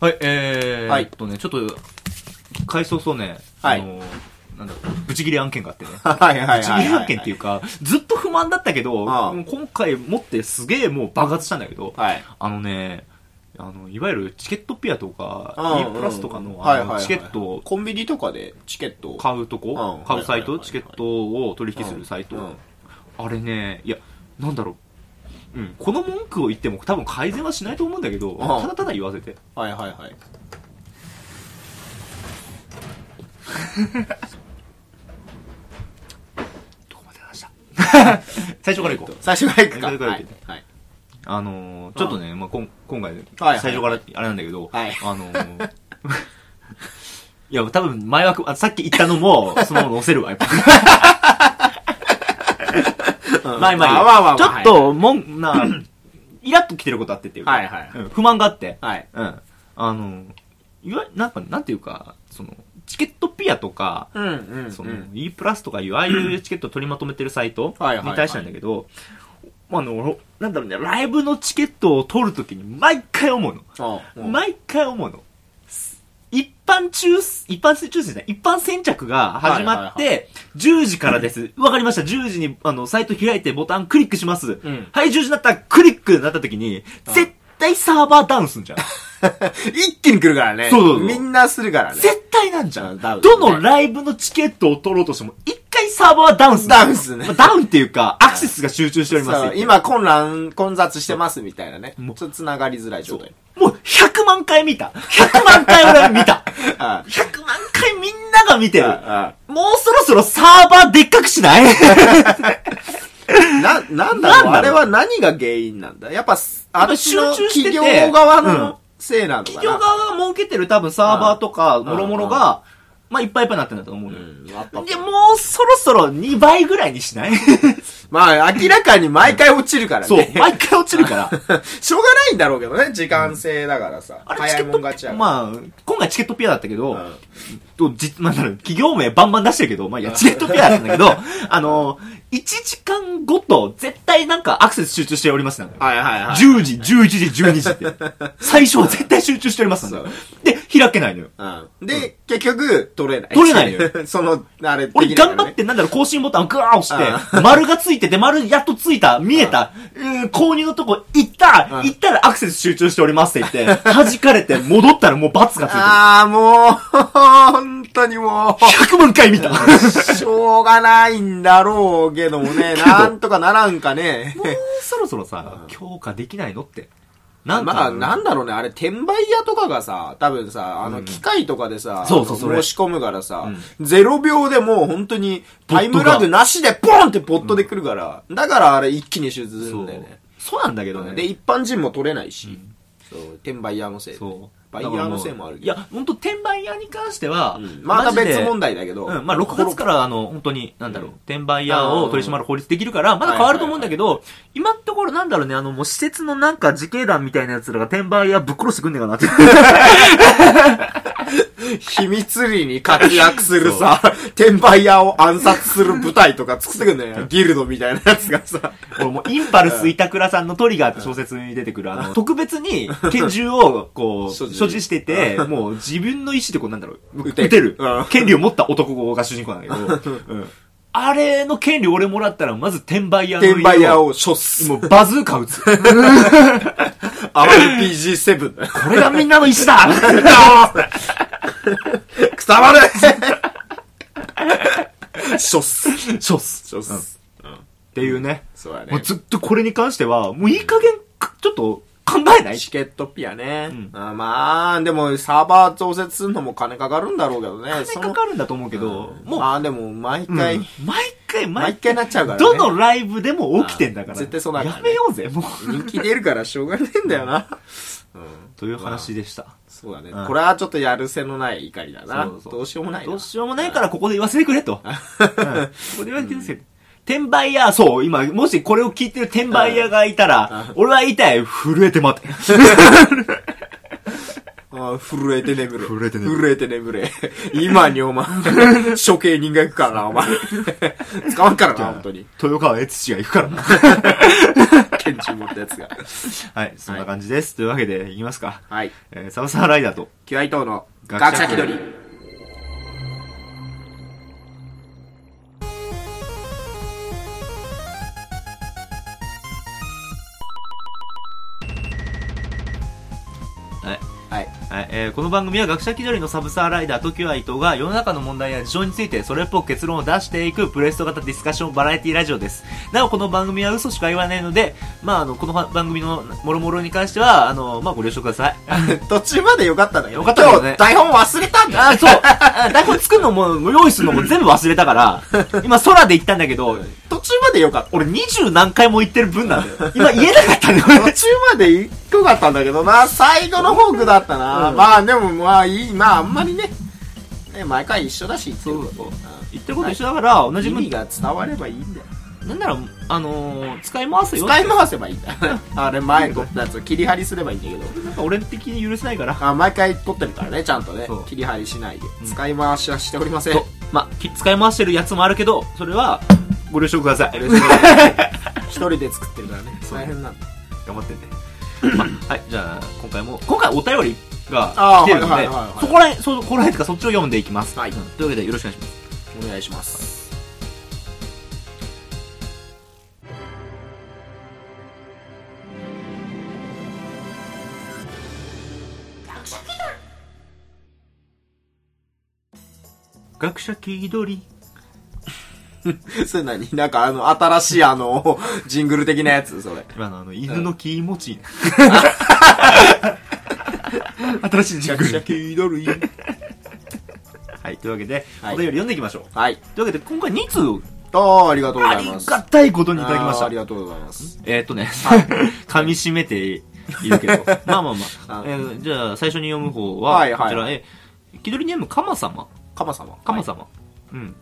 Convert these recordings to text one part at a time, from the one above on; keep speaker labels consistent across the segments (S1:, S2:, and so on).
S1: はい、えー、
S2: はい
S1: えっとね、ちょっと、回想とね、
S2: はい
S1: あの、なんだろう、ブチギレ案件があってね。
S2: はいはいはいはい
S1: ブチギレ案件っていうか、ずっと不満だったけど、
S2: ああ
S1: もう今回持ってすげえもう爆発したんだけど、
S2: はい
S1: あのね、あの、いわゆるチケットピアとか、
S2: うん
S1: E プラスとかの、
S2: はい
S1: あ
S2: はいは
S1: の
S2: い
S1: チケットを
S2: コンビニとかでチケットを
S1: 買うと
S2: う
S1: こ
S2: ん、
S1: 買うサイ
S2: は
S1: ト、
S2: いはいはいはい
S1: チケットを取引するサイト
S2: うんうん。
S1: あれね、いや、なんだろう。うん、この文句を言っても多分改善はしないと思うんだけど、
S2: ん
S1: ただただ言わせて。
S2: はいはいはい
S1: どこまで話した 最初からいこう。
S2: 最初から行くか
S1: 最初から
S2: は
S1: 行
S2: い
S1: く
S2: はい
S1: あのーちょっとね、まあ、こん今回、
S2: はい
S1: 最初からあれなんだけど、
S2: はい
S1: あのー いや、多分前枠、あさっき言ったのも、 そのまま載せるわ、やっぱ。
S2: うん
S1: まあまあいい
S2: ま
S1: や
S2: あまあまあ
S1: ちょっと、もん、な、イラッときてることあってっていうか、
S2: はいはい
S1: うん不満があって、
S2: はい
S1: うん。あのーいわなんか、なんていうか、その、チケットピアとか、
S2: うんうん
S1: その、E プラスとかいう、ああいうチケット取りまとめてるサイトに
S2: はいはいはい
S1: 対してなんだけど、まあ、あの、なんだろうね、ライブのチケットを取るときに毎回思うの。
S2: うん
S1: 毎回思うの。一般抽選、一般抽選じゃない、一般先着が始まって、
S2: はい
S1: 10時からです。わかりました。10時に、あの、サイト開いてボタンクリックします。
S2: うん
S1: はい、10時になったらクリックになった時に、
S2: うん
S1: 絶対サーバーダウンすんじゃん。
S2: 一気に来るからね
S1: そうそうそう
S2: みんなするからね
S1: 絶対なんじゃ
S2: うん
S1: ん。
S2: ダウン
S1: どのライブのチケットを取ろうとしても、一回サーバーはダウンする。
S2: ダウンするね
S1: まあダウンっていうか、アクセスが集中しておりますよ
S2: そう。今混乱混雑してますみたいなねちょ
S1: も
S2: っ
S1: う
S2: と繋がりづらい状態
S1: もう100万回見た。100万回俺見た。
S2: あ
S1: 100万回みんなが見てる。
S2: あ
S1: もうそろそろサーバーでっかくしない
S2: な、なん
S1: なんだ
S2: だ
S1: ろ
S2: ろ
S1: う
S2: うあれは何が原因なんだやっぱ、あの
S1: 集中して
S2: 企
S1: て
S2: 業側
S1: うん
S2: のせいなのかな
S1: 企業側が儲けてる多分サーバーとか、
S2: うん
S1: もろもろが、まあいっぱいいっぱいになってんだと思うの
S2: う
S1: よ。
S2: ん、やっぱ
S1: で、もうそろそろ2倍ぐらいにし ない
S2: まあ、明らかに毎回落ちるからね。
S1: そう、毎回落ちるから。
S2: しょうがないんだろうけどね、時間制だからさ。
S1: あれチ
S2: 早
S1: ケ
S2: い
S1: ッ
S2: も
S1: ト
S2: ん勝ちやから。
S1: まあ、今回チケットピアだったけど、
S2: うん
S1: とじ まあ、なんだろう企業名バンバン出してるけど、まあ、いや、チケットペアなんだ けど、あの、1時間ごと、絶対なんかアクセス集中しておりますなんだよ。
S2: はいはいはい。
S1: 10時、11時、12時 って。最初は絶対集中しておりますなんだよ。で、開けないのよ。
S2: うん、で、結局、取れない。
S1: 取れないの
S2: その、あれ、
S1: 俺
S2: できない
S1: 頑
S2: からね
S1: 張って、なんだろう、更新ボタンをグワー押して、丸がついてて、丸やっとついた、見えた、うーん購入のとこ行った、
S2: うん
S1: 行ったらアクセス集中しておりますって言って、弾かれて戻ったらもう罰がついてる。
S2: ああ、もう、本当にも う。
S1: 100万回見 た
S2: しょうがないんだろうけどもね、なんとかならんかね。
S1: もう そろそろさ、強化できないのって。なんか、
S2: まあ、なんだろうね、あれ、転売屋とかがさ、多分さ、あの、機械とかでさ、
S1: そうそうそれ
S2: 申し込むからさ、0秒でもう本当に、
S1: ボットが
S2: タイムラグなしで、ポンってポットで来るから、だからあれ一気に手術する
S1: そ
S2: ん
S1: う
S2: だよね。
S1: そうなんだけどね。
S2: で、一般人も取れないし、そう、転売屋のせいで。
S1: そう。
S2: バイヤーのせいもある
S1: い
S2: けど。
S1: や、本当転売屋に関しては、
S2: うんまた別問
S1: 題。
S2: 題だけど。
S1: うん、まあ6月から、あの、本当に、なんだろう、転売屋を取り締まる法律できるから、まだ変わると思うんだけど、今のところなんだろうね、あの、もう施設のなんか自警団みたいな奴らが転売屋ぶっ殺してくんねえかなって。
S2: 秘密裏に活躍するさ、転売屋を暗殺する部隊とか作ってくんだよ。ギルドみたいなやつがさ。
S1: 俺もうインパルス板倉さんのトリガーって小説に出てくる、あの、特別 に拳銃をこう、
S2: 所持
S1: 所持してて、もう自分の意思でこうなんだろう、撃
S2: 撃て
S1: てる
S2: うん。
S1: 権利を持った男が主人公なんだけど、うんあれの権利俺もらったら、まず転売屋の家を
S2: 転売屋を処す。
S1: もうバズーカ撃つ。こ
S2: RPG7 だよ。
S1: れがみんなの意思だ
S2: くたばれしょっす。
S1: ショス。
S2: しょ
S1: うん
S2: っ
S1: っ
S2: す。
S1: ていうね。
S2: そうだ
S1: も
S2: ね
S1: う。ずっとこれに関しては、もういい加減、ちょっと考えない
S2: チケットピアね。
S1: ん
S2: あーまあ、でもサーバー増設するのも金かかるんだろうけどね。
S1: 金かかるんだと思うけど、もう、
S2: ああ、でも毎
S1: うん
S2: 回、
S1: 毎回、
S2: 毎回なっちゃうからね。
S1: どのライブでも起きてんだから。
S2: あー絶対そうなるから
S1: や
S2: ね
S1: めようぜ、もう。
S2: 人気出るからしょうがねえんだよな。うん。
S1: という話でした。
S2: そうだね
S1: うん。
S2: これはちょっとやるせのない怒りだな。
S1: そうそう
S2: どうしようもないな。
S1: どうしようもないからここで言わせてくれと。 うんここで言わせてくれ。転売屋、そう、今、もしこれを聞いてる転売屋がいたら、俺は言いたい、震えて待て。
S2: ああ、震えて眠れ。
S1: 震えて眠れ。
S2: 震えて眠れ。今に お前、処刑人が行くからな、お前。捕まっからな、本当に。
S1: 豊川悦司が行くからな。
S2: 拳銃持ったやつが。
S1: はい、そんな感じです。というわけで、いきますか。
S2: はい。
S1: えー、サブサーライダーと、
S2: キュアイ島の
S1: 学
S2: 学
S1: 者
S2: 者
S1: 気
S2: 気
S1: 取り
S2: 取り。
S1: はい。
S2: はい。
S1: はいえーこの番組は学者気取りのサブサーライダー、時は伊藤が世の中の問題や事情についてそれっぽく結論を出していくプレスト型ディスカッションバラエティラジオです。なお、この番組は嘘しか言わないので、まあ、あの、この番組のもろもろに関しては、あの、まあ、ご了承ください。
S2: 途中までよかったのよ。
S1: よかったけどね
S2: 今日台本忘れたんだよ。
S1: あ、そう。あ 台本作るのも、用意するのも全部忘れたから、今空で行ったんだけど、
S2: 途中までよかった。
S1: 俺二十何回も言ってる分なんだよ。今言えなかったんだよ
S2: 途。中までよかったんだけどな、最後のフォークだったな。
S1: うん
S2: まあでもまあいい、まああんまりね、ね毎回一緒だし、言ってること。
S1: 言ってること一緒だから、同
S2: うん
S1: じ
S2: 意
S1: 分
S2: 味、が伝わればいいんだよ。
S1: なんなら、あのー、使い回すよ。
S2: 使い回せばいいんだよ。 あれ前撮ったやつを切り張りすればいいんだけど。
S1: なんか俺的に許せないから。
S2: あ毎回撮ってるからね、ちゃんとね
S1: そう。
S2: 切り張りしないで。
S1: うん
S2: 使い回しはしておりません。
S1: そうまあ、き使い回してるやつもあるけど、それは、ご了承くだ さい。
S2: 嬉しいね一人で作ってるからね。
S1: そう
S2: 大変なんだ。
S1: 頑張ってね。まあ、はい、じゃあ、今回も、今回お便りが
S2: あー
S1: 来てるの
S2: は
S1: で
S2: いはいはいは、い
S1: そこらへん、そこらへんとかそっちを読んでいきます。
S2: はい
S1: うんというわけでよろしくお願いします。
S2: お願いします。
S1: 学者気取り。
S2: それ何なんかあの、新しいあの、ジングル的なやつそれ。
S1: 今のあの、犬の気持 ち。新しいジングル。はい、というわけで、
S2: はい
S1: お便り読んでいきましょう。
S2: はい。
S1: というわけで、今回2通
S2: ああ、ありがとうご
S1: あ
S2: ざい
S1: り
S2: ます。
S1: がたいことにいただきまし
S2: あー
S1: た
S2: あり。がとうございます。
S1: えー、っとね、 噛み締めているけど。 まあまあまあ
S2: あ。
S1: えーじゃあ、最初に読む方は、
S2: はいはい
S1: こちら、えー、気取りネーム、かま様。
S2: カマ様。
S1: かま様。うん。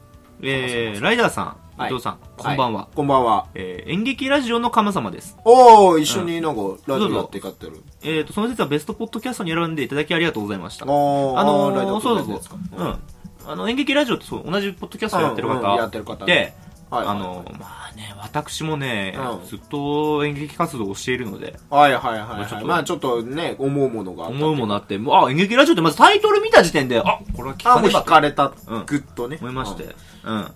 S1: えー、ライダーさん、
S2: はい
S1: 伊藤さん、
S2: は
S1: こ
S2: い
S1: んばんは。
S2: こんばんは。
S1: えー、演劇ラジオのかま様です。
S2: おお一緒になんか、ラジオやってかってる。
S1: えー、と、その説はベストポッドキャストに選んでいただきありがとうございました。
S2: おー
S1: あのー
S2: ライダー
S1: そう
S2: と
S1: そう
S2: 同じ
S1: そう
S2: やつか。
S1: うん。あの、演劇ラジオってそう、同じポッドキャストやってる
S2: うんうんや
S1: 方
S2: ってる方ね
S1: で、
S2: はい。
S1: あの、まあね、私もね、
S2: うん
S1: ずっと演劇活動をしているので、
S2: はいはいはい
S1: まあちょっ
S2: はい。
S1: と
S2: まあちょっとね、思うものがあった。
S1: 思うものあって、もう、あ、演劇ラジオってまずタイトル見た時点で、あ、これは聞
S2: あ、
S1: か
S2: もう
S1: ねば
S2: 惹
S1: と
S2: かれた
S1: うん。
S2: ぐっとね。
S1: 思いまして、うん。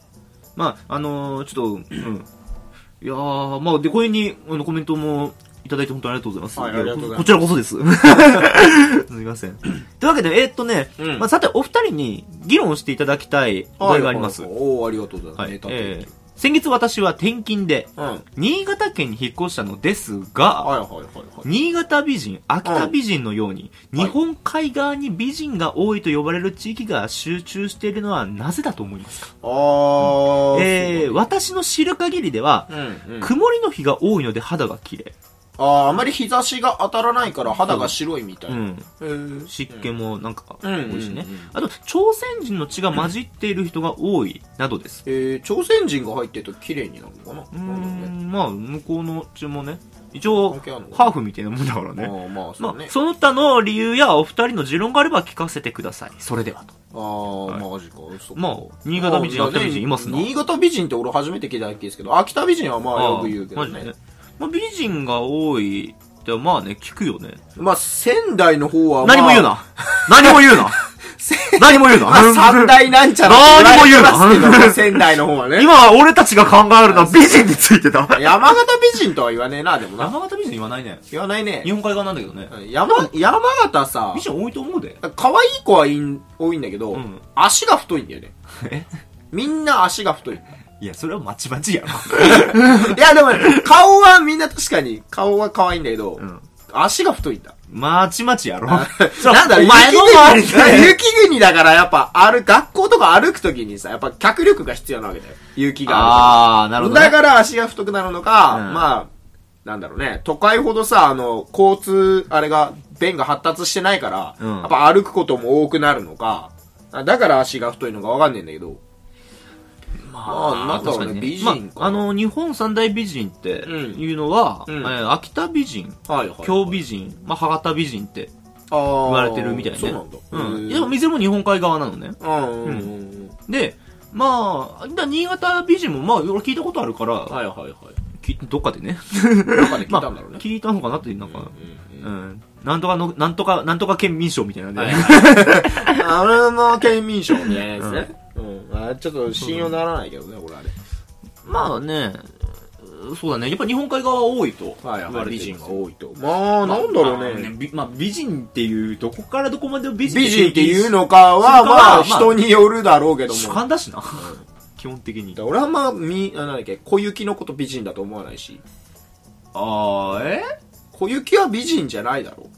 S1: まあ、あのーちょっと、うん。いやー、まあ、で、これに、あの、コメントもいただいて本当にありがとうございます。
S2: はいありがとうございます
S1: こちらこそです。す みません。というわけで、えーっとね、
S2: うん
S1: まあ、さて、お二人に議論していただきたい
S2: うん。
S1: お題があります。
S2: はいはいはいおーありがとうございま
S1: は
S2: す。
S1: い
S2: ネ。タ
S1: えー
S2: 提
S1: 先月私は転勤で、
S2: 供うん。
S1: 新潟県に引っ越したのですが、
S2: はいはいはいはい。
S1: 新潟美人、秋田美人のように、
S2: はい
S1: 日本海側に美人が多いと呼ばれる地域が集中しているのはなぜだと思いますか
S2: あー。
S1: えー、
S2: す
S1: 私の知る限りでは、
S2: ごいうんうん。
S1: 曇りの日が多いので肌が綺麗。
S2: あー、あまり日差しが当たらないから肌が白いみたいうな。
S1: ん。
S2: へー
S1: 湿気もなんか多いしね
S2: うんうんうんうん。
S1: あと、朝鮮人の血が混じっている人が多いなどです。
S2: えー、朝鮮人が入ってると綺麗になるのか
S1: う
S2: な
S1: ー
S2: なるほどね
S1: ん、まあ、向こうの血もね、一応、
S2: 関係あるの
S1: ハーフみたいなもんだからね。
S2: ああ、まあ、そ
S1: ま
S2: う
S1: あ
S2: ね、。
S1: その他の理由やお二人の持論があれば聞かせてください。それではと。
S2: ああ、
S1: は
S2: マジか。そっか
S1: まあ、新潟美人、秋田美人いますな。
S2: 新潟美人って俺初めて聞いただけですけど、秋田美人はまあよく言うけど
S1: マジ
S2: ね
S1: で。まあ、美人が多いって、まあね、聞くよね。
S2: まあ、仙台の方は、まあ、
S1: 何も 言う。な。何も言うな。何も言う
S2: まあ、三
S1: な。
S2: 大なんちゃら
S1: 何も言うな
S2: って言われてますけど仙台の方は ね。
S1: 今は俺たちが考えるのは美人につい てだ。
S2: 山形美人とは言わねえな、でもな。
S1: 山形美人言わないね。
S2: 言わないね
S1: 日。本海側なんだけどね。
S2: 山、山形さ
S1: 美、人多いと思うで。
S2: 可愛い子はいん多いんだけど、
S1: うん
S2: 足が太いんだよね。
S1: え
S2: みんな足が太い。
S1: いや、それはまちまちやろ。
S2: いや、でもね、顔はみんな確かに、顔は可愛いんだけど、
S1: ん
S2: 足が太いんだ。
S1: まちまちやろ。
S2: なんだろ
S1: お
S2: う、
S1: 前の周り
S2: 雪国雪国だからやっぱ、ある、学校とか歩くときにさ、やっぱ脚力が必要なわけだよ。雪があ
S1: あー、な
S2: る
S1: る
S2: か
S1: ほど、
S2: ら。
S1: ね。
S2: だから足が太くなるのか、
S1: うん
S2: まあ、なんだろうね、都会ほどさ、あの、交通、あれが、便が発達してないから、
S1: うん
S2: やっぱ歩くことも多くなるのか、あだから足が太いのかわかんねえんだけど。まあなんだろうね
S1: 確
S2: 美人か
S1: まあ、あの、日本三大美人って
S2: うん
S1: いうのは、
S2: うん
S1: えー秋田美人、
S2: はいはい
S1: 京美人、まあ、博多美人って
S2: 言
S1: 言
S2: わ
S1: われてるみたいね。
S2: そうなんだ。
S1: うん。でも、いずれも日本海側なのね。
S2: うんうんうんうん。
S1: で、まあ、だ新潟美人も、まあ、俺聞いたことあるから、
S2: はいはいはい。
S1: 聞いどっかでね。
S2: どっかで聞い
S1: ま
S2: た
S1: あ
S2: んだろうね。、
S1: 聞いたのかなって、なんか、
S2: うん
S1: う
S2: うん
S1: ん。なんとかの、なんとか、なんとか県民賞みたいなんで、
S2: はい あれの県民賞みたいなやつね。うん。あれちょっと信用ならないけどね、俺あれ。
S1: まあね、そうだね。やっぱ日本海側は多いと。
S2: はい、
S1: 言われて
S2: 美
S1: い
S2: 人
S1: ま
S2: が
S1: す
S2: 多いと。まあ、
S1: まあ
S2: なんだろ
S1: まあ
S2: うね。
S1: びまあ、美人っていう、どこからどこまでも美人
S2: 美人っていうのか
S1: そ
S2: は、
S1: うかま
S2: ま
S1: あ
S2: あ、人によるだろうけど
S1: 主
S2: も。
S1: 観だしな。 基本的に。
S2: 俺はまあ、み、あなんだっけ、小雪のこと美人だと思わないし、
S1: あー、え
S2: 小雪は美人じゃないだろ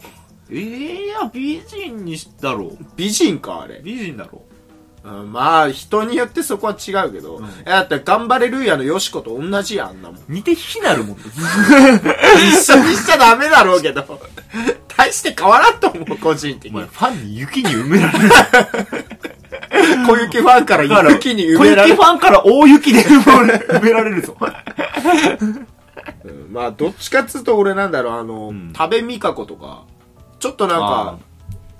S2: う。
S1: えいや、美人にしだろう。
S2: 美人か、あれ。
S1: 美人だろ
S2: うんまあ、人によってそこは違うけど、
S1: うん
S2: えだって、頑張れルーヤのヨシコと同じやん、あんなも
S1: う。
S2: ん。
S1: 似て非なるもん。
S2: 一緒にしちゃダメだろうけど、 大して変わらんと思う、個人的
S1: お前、
S2: に。
S1: ファンに雪に埋められる。
S2: 小雪ファンから雪に埋めら
S1: 小雪
S2: れる
S1: フ。ァンから大雪で埋められ埋められるぞ。
S2: うんまあ、どっちかっつうと俺なんだろう、あの、
S1: うん
S2: 食べみかことか、ちょっとなんか、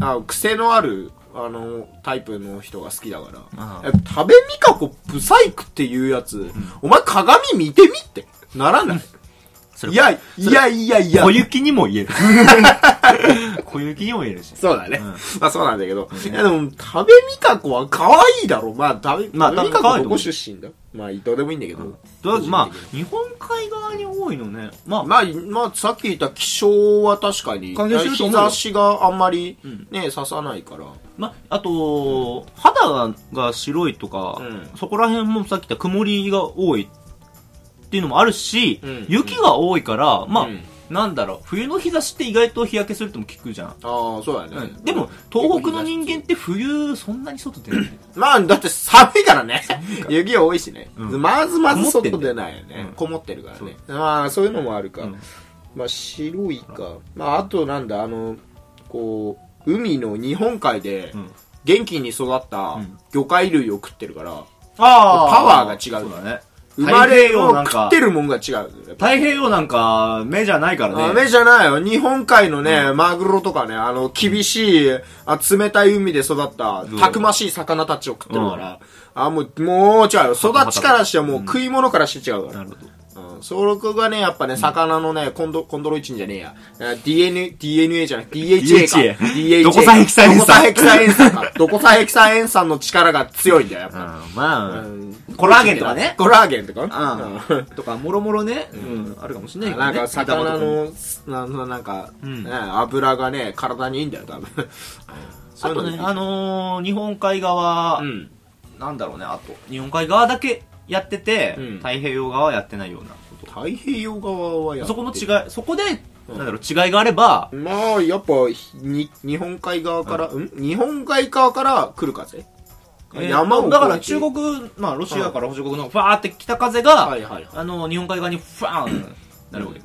S2: あ癖のある、あの、タイプの人が好きだか
S1: ああ
S2: ら、やっぱ食べみかこブサイクっていうやつ、お前鏡見てみって、な らない。
S1: それ
S2: いや、いやいやいや
S1: 小。雪にも 言える。小雪にも言えるし。
S2: そうだね。
S1: うん
S2: まあそうなんだけど。いやでも、食べみかこは可愛いだろ。まあ、食べ、
S1: まあ
S2: 食べみか
S1: 可
S2: こ
S1: 愛いと思
S2: どこ
S1: う
S2: 出身だまあ、どうでもいいんだけど。
S1: とりあえずまあ、日本海側に多いのね。まあ、
S2: まあ、まあ、さっき言った気象は確かに、
S1: 関係すると
S2: 日
S1: 思うよ
S2: 差しがあんまり
S1: うん
S2: ね、刺さないから。
S1: まあ、あと、肌が白いとか、
S2: うん
S1: そこら辺もさっき言った曇りが多いっていうのもあるし、
S2: うん
S1: 雪が多いから、まあ、
S2: うん
S1: なんだろう、冬の日差しって意外と日焼けするとも聞くじゃん。
S2: ああ、そうだ
S1: う
S2: ね。
S1: んでも、東北の人間って冬、そんなに外出ない。
S2: まあ、だって寒いからね。雪多いしね。
S1: うん
S2: まずまず
S1: こも
S2: 外
S1: って
S2: 出
S1: ん
S2: ないよね
S1: うん。
S2: こもってるからね。まあ、そういうのもあるか。
S1: うん
S2: まあ、白いか。まあ、あとなんだ、あの、こう、海の日本海で
S1: うん
S2: 元気に育った
S1: うん
S2: 魚介類を食ってるから、
S1: あ
S2: パワーが違う
S1: そうだね。
S2: 生まれ
S1: 太平洋な
S2: を
S1: んか
S2: 食ってるもんが違う。
S1: 太平洋なんか、目じゃないからね。
S2: ダメじゃないよ。日本海のね、マグロとかね、あの、厳しい、あ冷たい海で育った
S1: うん、
S2: たくましい魚たちを食ってるから、あ、もう、もう違うよ。育ちからしてはもう食い物からして違うから。
S1: なるほど。
S2: うん、総録がね、やっぱね、魚のね、コンド、コンドロイチンじゃねえや。あ DNA、DNA じゃなくて DHA か。
S1: DHA
S2: DHA。
S1: ドコサヘキサエン酸
S2: ドコサヘキサエン酸か。ドコサヘキサエン酸の力が強いんだよ、や
S1: う
S2: っ
S1: ん
S2: ぱ。、
S1: まあ、
S2: うん
S1: コラーゲンとかね
S2: コラーゲンとか
S1: う
S2: うん
S1: ん。とか、もろもろね、うん、あるかもしれないけど
S2: な
S1: ね
S2: んか、魚の、なななんか、
S1: うん
S2: ね油がね、体にいいんだよ、多分。
S1: あとね、あのー、日本海側、
S2: うん。
S1: なんだろうね、あと、日本海側だけやってて、
S2: うん
S1: 太平洋側はやってないようなこ
S2: 太平洋側はや
S1: と。
S2: っ
S1: そこの
S2: てる
S1: 違い、そこで、
S2: うん
S1: なんだろう、違いがあれば、
S2: まあ、やっぱ、に、日本海側から、うん日本海側から来る風
S1: えー
S2: 山を越えて
S1: だから中国、まあ、ロシアから北国のファーって北風が、
S2: はいはいはい。
S1: あの、日本海側にファーンなるわけ。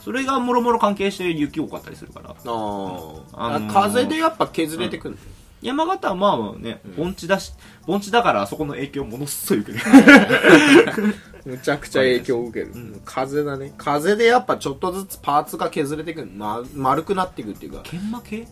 S1: それがもろもろ関係して雪多かったりするから。
S2: あー、
S1: あのー
S2: あ風でやっぱ削れてくる、
S1: 山形はまあね、盆地だし、盆地だからあそこの影響ものすごい受ける。
S2: むちゃくちゃ影響を受ける、風だね風でやっぱちょっとずつパーツが削れてくる、ま、丸くなっていくっていうか
S1: 研磨系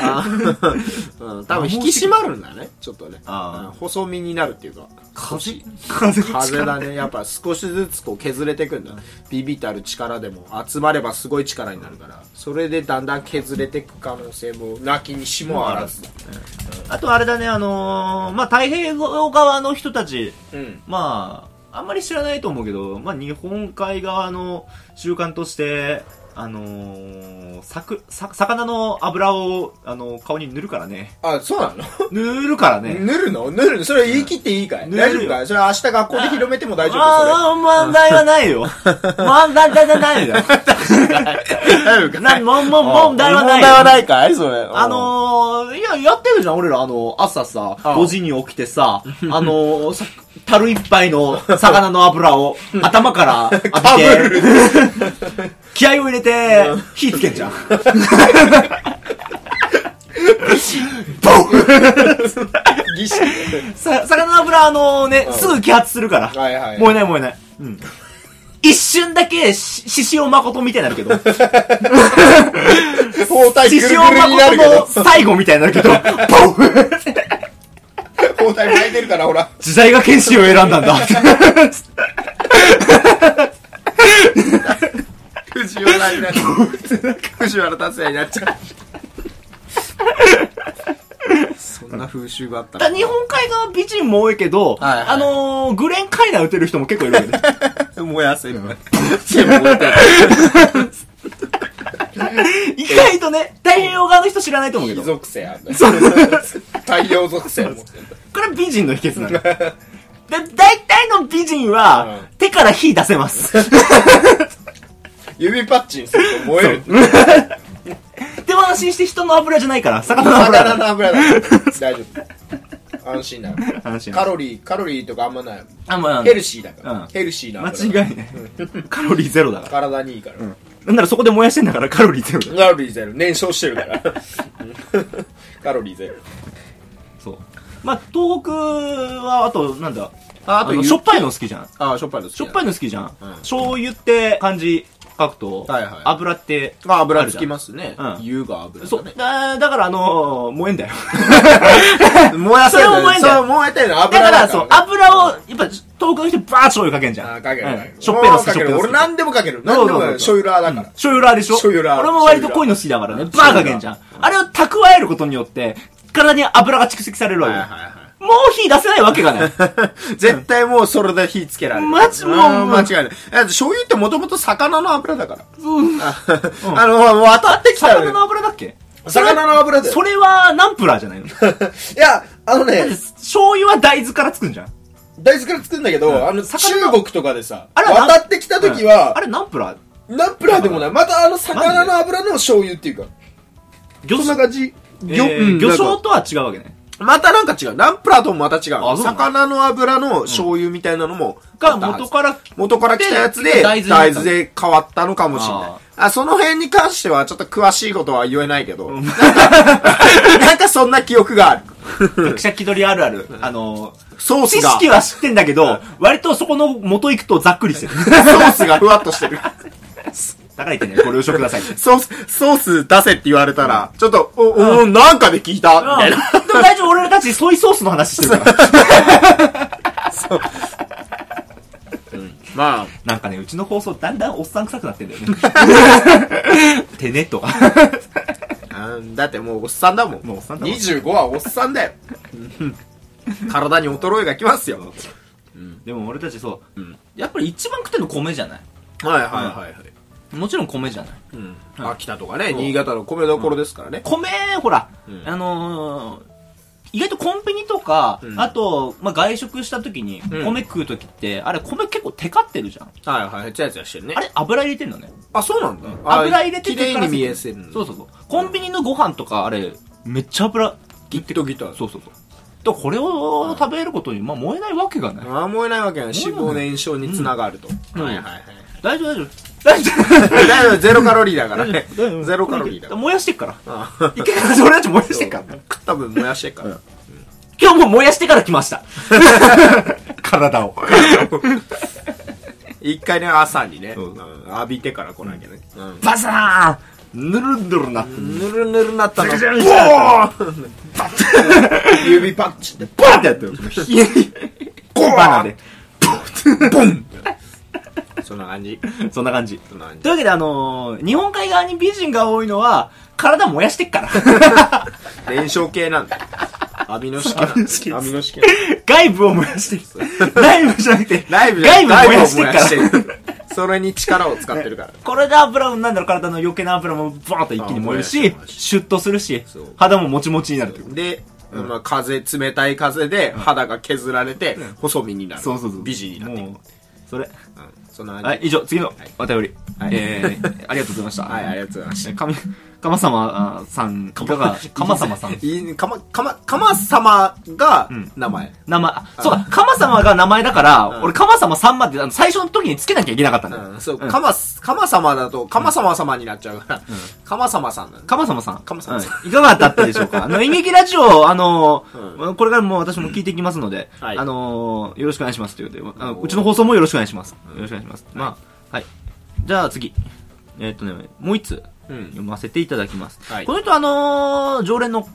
S2: あー、うん、多分引き締まるんだねちょっとね
S1: あー
S2: うん細身になるっていうか
S1: 風風
S2: 風だねやっぱ少しずつこう削れてくんだビビたる力でも集まればすごい力になるからそれでだんだん削れてく可能性もなきにしもあらず
S1: あとあれだね、あのー、まあ、太平洋側の人たち、
S2: うん
S1: まあ、あんまり知らないと思うけど、まあ、日本海側の習慣として、あのー、さく、さ、魚の油を、あのー顔に塗るからね。
S2: あそうなの
S1: 塗るからね。
S2: 塗るの塗るのそれ言い切っていいかい、
S1: 塗るよ
S2: 大丈夫かいそれ明日学校で広めても大丈夫
S1: ああ、問題はない よ。問題はないよ。
S2: それ。大丈夫
S1: な、もんもん問題はないよ。
S2: 問題はないかいそれ。
S1: あのー、いや、やってるじゃん、俺ら、あの、朝さ、
S2: ああ
S1: 5時に起きてさ、あのー、さ、樽一杯の魚の油を頭から浴 びて、気合を入れて、火つけんじゃん。 ボン
S2: うん、儀式。
S1: さ魚の油、あのね、すぐ揮発するから。
S2: はいはい。
S1: 燃えない燃えない。うん。一瞬だけ、し、ししおまことみたいになるけど。
S2: 包帯ぐ
S1: し
S2: る
S1: しお
S2: ぐる
S1: ま
S2: になるけ
S1: こ
S2: ど、
S1: との最後みたいになるけど、ボン
S2: 包帯巻いてるから、ほら。
S1: 時代が剣士を選んだんだ。
S2: 藤原になっちゃう。藤原達也になっちゃう。そんな風習があった
S1: だ日本海側美人も多いけど、
S2: はいはい
S1: あのー、グレンカイナ打てる人も結構いるよ ね。
S2: 本燃やせる。全部燃えてる
S1: 意外とね、太平洋側の人知らないと思うけ
S2: 異
S1: ど、
S2: 属性あるね。太陽属性も。
S1: これ美人の秘訣 なの。で、大体の美人は、
S2: うん
S1: 手から火出せます。
S2: 指パッチンすると燃える。
S1: でも安心して人の油じゃないから、魚の油
S2: 魚
S1: だ。
S2: の油だ。大丈夫。安心だ。
S1: 安心
S2: カロリー、カロリーとかあんまない。
S1: あ、まあ、
S2: ヘルシーだか
S1: うん
S2: ら。ヘルシーな
S1: 間
S2: 油。
S1: 違いない。カロリーゼロだから。
S2: 体にいいから。
S1: なんならそこで燃やしてんだからカロリーゼロだよ。
S2: カロリーゼロ。燃焼してるから。カロリーゼロ。
S1: そう。まあ、東北は、あと、なんだ、
S2: あ
S1: あと、しょっぱいの好きじゃん。
S2: あ、しょっぱいの好き
S1: しょっぱいの好きじゃん。
S2: うん
S1: 醤油って漢字書くと、
S2: はいはい
S1: 油って、
S2: まあ、油つきますね
S1: うん。
S2: 湯が油
S1: そう
S2: だ。ね。
S1: だだから、あのー、燃えんだよ。
S2: 燃や
S1: せるね
S2: それ燃えてるの
S1: だ
S2: 油
S1: か
S2: だ
S1: ら、そう、油を、やっぱ、東北の人バーッ醤油かけんじゃ
S2: あ
S1: ん。
S2: かける
S1: うん
S2: かける。
S1: しょっぱいの好き、
S2: か
S1: しょ
S2: け
S1: っぱいの
S2: る。
S1: 好
S2: 俺
S1: き。
S2: 何でもかける。
S1: そう
S2: 何で
S1: そうそう
S2: もかける。醤油ラーだから。
S1: 醤油ラーでしょ
S2: 醤油ラー
S1: 俺も割と濃いの好きだからね。バ
S2: 醤
S1: ー
S2: 油ラー
S1: かけんじゃん。あれを蓄えることによって、体に油が蓄積されるわ
S2: は
S1: け
S2: い
S1: よ。
S2: はいはい。
S1: もう火出せないわけがない。
S2: 絶対もうそれで火つけられる。
S1: マジもうん
S2: 間違いない。だって醤油ってもともと魚の油だから。
S1: うん
S2: ああの、渡ってきた
S1: 魚の
S2: よね。
S1: 油だっけ
S2: 魚の油だよ
S1: そ。れはナンプラーじゃないの
S2: いや、あのね、
S1: 醤油は大豆から作るんじゃん
S2: 大豆から作るんだけど、あの、
S1: 魚
S2: 中
S1: の
S2: 国とかでさ、
S1: あれは
S2: 渡ってきた時は
S1: あ、れナンプラー
S2: ナンプラーでもない。またあの、魚
S1: マジで
S2: の油の醤油っていうか、
S1: 魚
S2: そんな感じ。
S1: えー
S2: うん
S1: 魚
S2: なん
S1: 醤
S2: か
S1: とは違うわけね
S2: またなんか違う。ナンプラーともまた違
S1: あ
S2: う。
S1: そうなの
S2: 魚の油の醤油みたいなのも、
S1: が元から
S2: 元から来たやつで、
S1: で大
S2: 大
S1: 豆
S2: 豆
S1: になった
S2: で変わったのかもしれない
S1: あ。
S2: あその辺に関しては、ちょっと詳しいことは言えないけど、なんか、なんか そんな記憶がある。
S1: 学者気取りあるあるあのー
S2: ソース
S1: 知
S2: が、
S1: 識は知ってんだけど割とそこの元行くとざっくりしてる
S2: ソースがふわっとしてる。
S1: だから言ってねご了承ください
S2: ソース、ソース出せって言われたら、ちょっと、お、お、なんかで聞いた、みたい
S1: でも
S2: な。
S1: 大丈夫俺たちソイソースの話してるから
S2: まあ、
S1: なんかねうちの放送だんだんおっさん臭くなってんだよ ねてねとか
S2: あーだってもうおっさんだもん。
S1: もうおっさんだもん
S2: 25はおっさん だよ。体に衰えがきますよ。
S1: でも俺たちそう、
S2: うん
S1: やっぱり一番食ってるの米じゃない
S2: はいはいはいはい。
S1: もちろん米じゃない
S2: うん、
S1: はい
S2: 秋田とかね、新潟の米どころですからね。
S1: 米ほら、
S2: うん
S1: あのー意外とコンビニとか、
S2: うん
S1: あと、まあ、外食した時に、
S2: うん
S1: 米食う時って、あれ米結構テカってるじゃん。
S2: はいはい、ツヤツヤしてるね
S1: あ。れ油入れてんのね。
S2: あ、そうなんだ。あ
S1: 油入れて
S2: 綺麗に見えせ
S1: て
S2: るの。
S1: そうそうそう。コンビニのご飯とか、あれ、めっちゃ油
S2: ギッとギター。
S1: そうそうそう。だからこれを食べることに、まあ、燃えないわけがない。
S2: ああ、燃えないわけやね。脂肪燃焼につながると。
S1: うん
S2: はいはいはい。
S1: 大丈夫、大丈夫。大丈夫。
S2: だいぶゼロカロリーだからね。
S1: 大丈夫
S2: ゼロカロリーだから。
S1: 燃やしてっから。
S2: あ
S1: い けない俺たち燃やしてっから。
S2: 食った分燃やしてっから。
S1: 今日も燃やしてから来ま した。体を。
S2: 一回ね、朝にね、
S1: うん
S2: うん浴びてから来なきゃね。うん
S1: バサーンぬるんぬるなって。
S2: ぬるぬるなったの。ボ
S1: ぐちゃぐちゃ
S2: ーン指パッチンで、
S1: バーンってやってる。
S2: ゴー
S1: バナナで。
S2: ボンそんな感じ。
S1: そんな感じ。
S2: そんな感
S1: とい
S2: じ。
S1: うわけで、あのー、日本海側に美人が多いのは、体燃やしてっから。
S2: 燃焼系なんだ。アミノ式なんだ。アミノ式。
S1: 外部を燃やしてる。内部じゃなくて、
S2: ライブじゃ
S1: 外部
S2: ない
S1: 燃やしてっから。
S2: ライブを燃やしてるそれに力を使ってるから。
S1: これで油、なんだろう、体の余計な油もバーンと一気に燃える
S2: あ燃
S1: し
S2: やして燃や、して
S1: シュッとするし
S2: そう、
S1: 肌ももちもちになるという。
S2: で、まあ、風、冷たい風で肌が削られて、細身になる。
S1: そうそうそう。
S2: 美人になっていく。
S1: もう、それ。
S2: うんそんな
S1: は
S2: 感
S1: い、以上、次のお便り。
S2: はい
S1: えー、ありがとうございました。
S2: じ。はい、ありがとうございまし
S1: えーかみ、かまさまあさん、いかが、かまさまさん
S2: た。。いいかま、かま、かま様が
S1: ん
S2: 名前。
S1: 名前、あそうか、かまさまが名前だから、
S2: うん
S1: 俺かまさまさんまってあの最初の時につけなきゃいけなかったんだよ。
S2: うん、そう、
S1: うん
S2: かま、かま様だと、かま様様になっちゃうから、かま様さんなんだ。
S1: かまさまさん。
S2: かまさまさ
S1: うんいかがだったでしょう かあの、演劇ラジオ、あの
S2: う
S1: これからも私も聞いていきますので、
S2: うんはい
S1: あのよろしくお願いしますということで、あの
S2: おー
S1: うちの放送もよろしくお願いします。よろしくお願いします。まあ、はい。じゃあ次。えーっとね、もう一つ、
S2: うん
S1: 読ませていただきます。
S2: はい
S1: この人、あのー常連の